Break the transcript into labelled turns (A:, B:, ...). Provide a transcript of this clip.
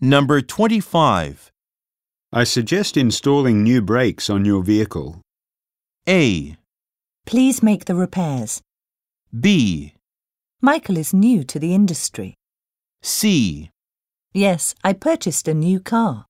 A: Number 25.
B: I suggest installing new brakes on your vehicle.
A: A,
C: Please make the repairs.
A: B,
C: Michael is new to the industry.
A: C.
C: Yes, I purchased a new car.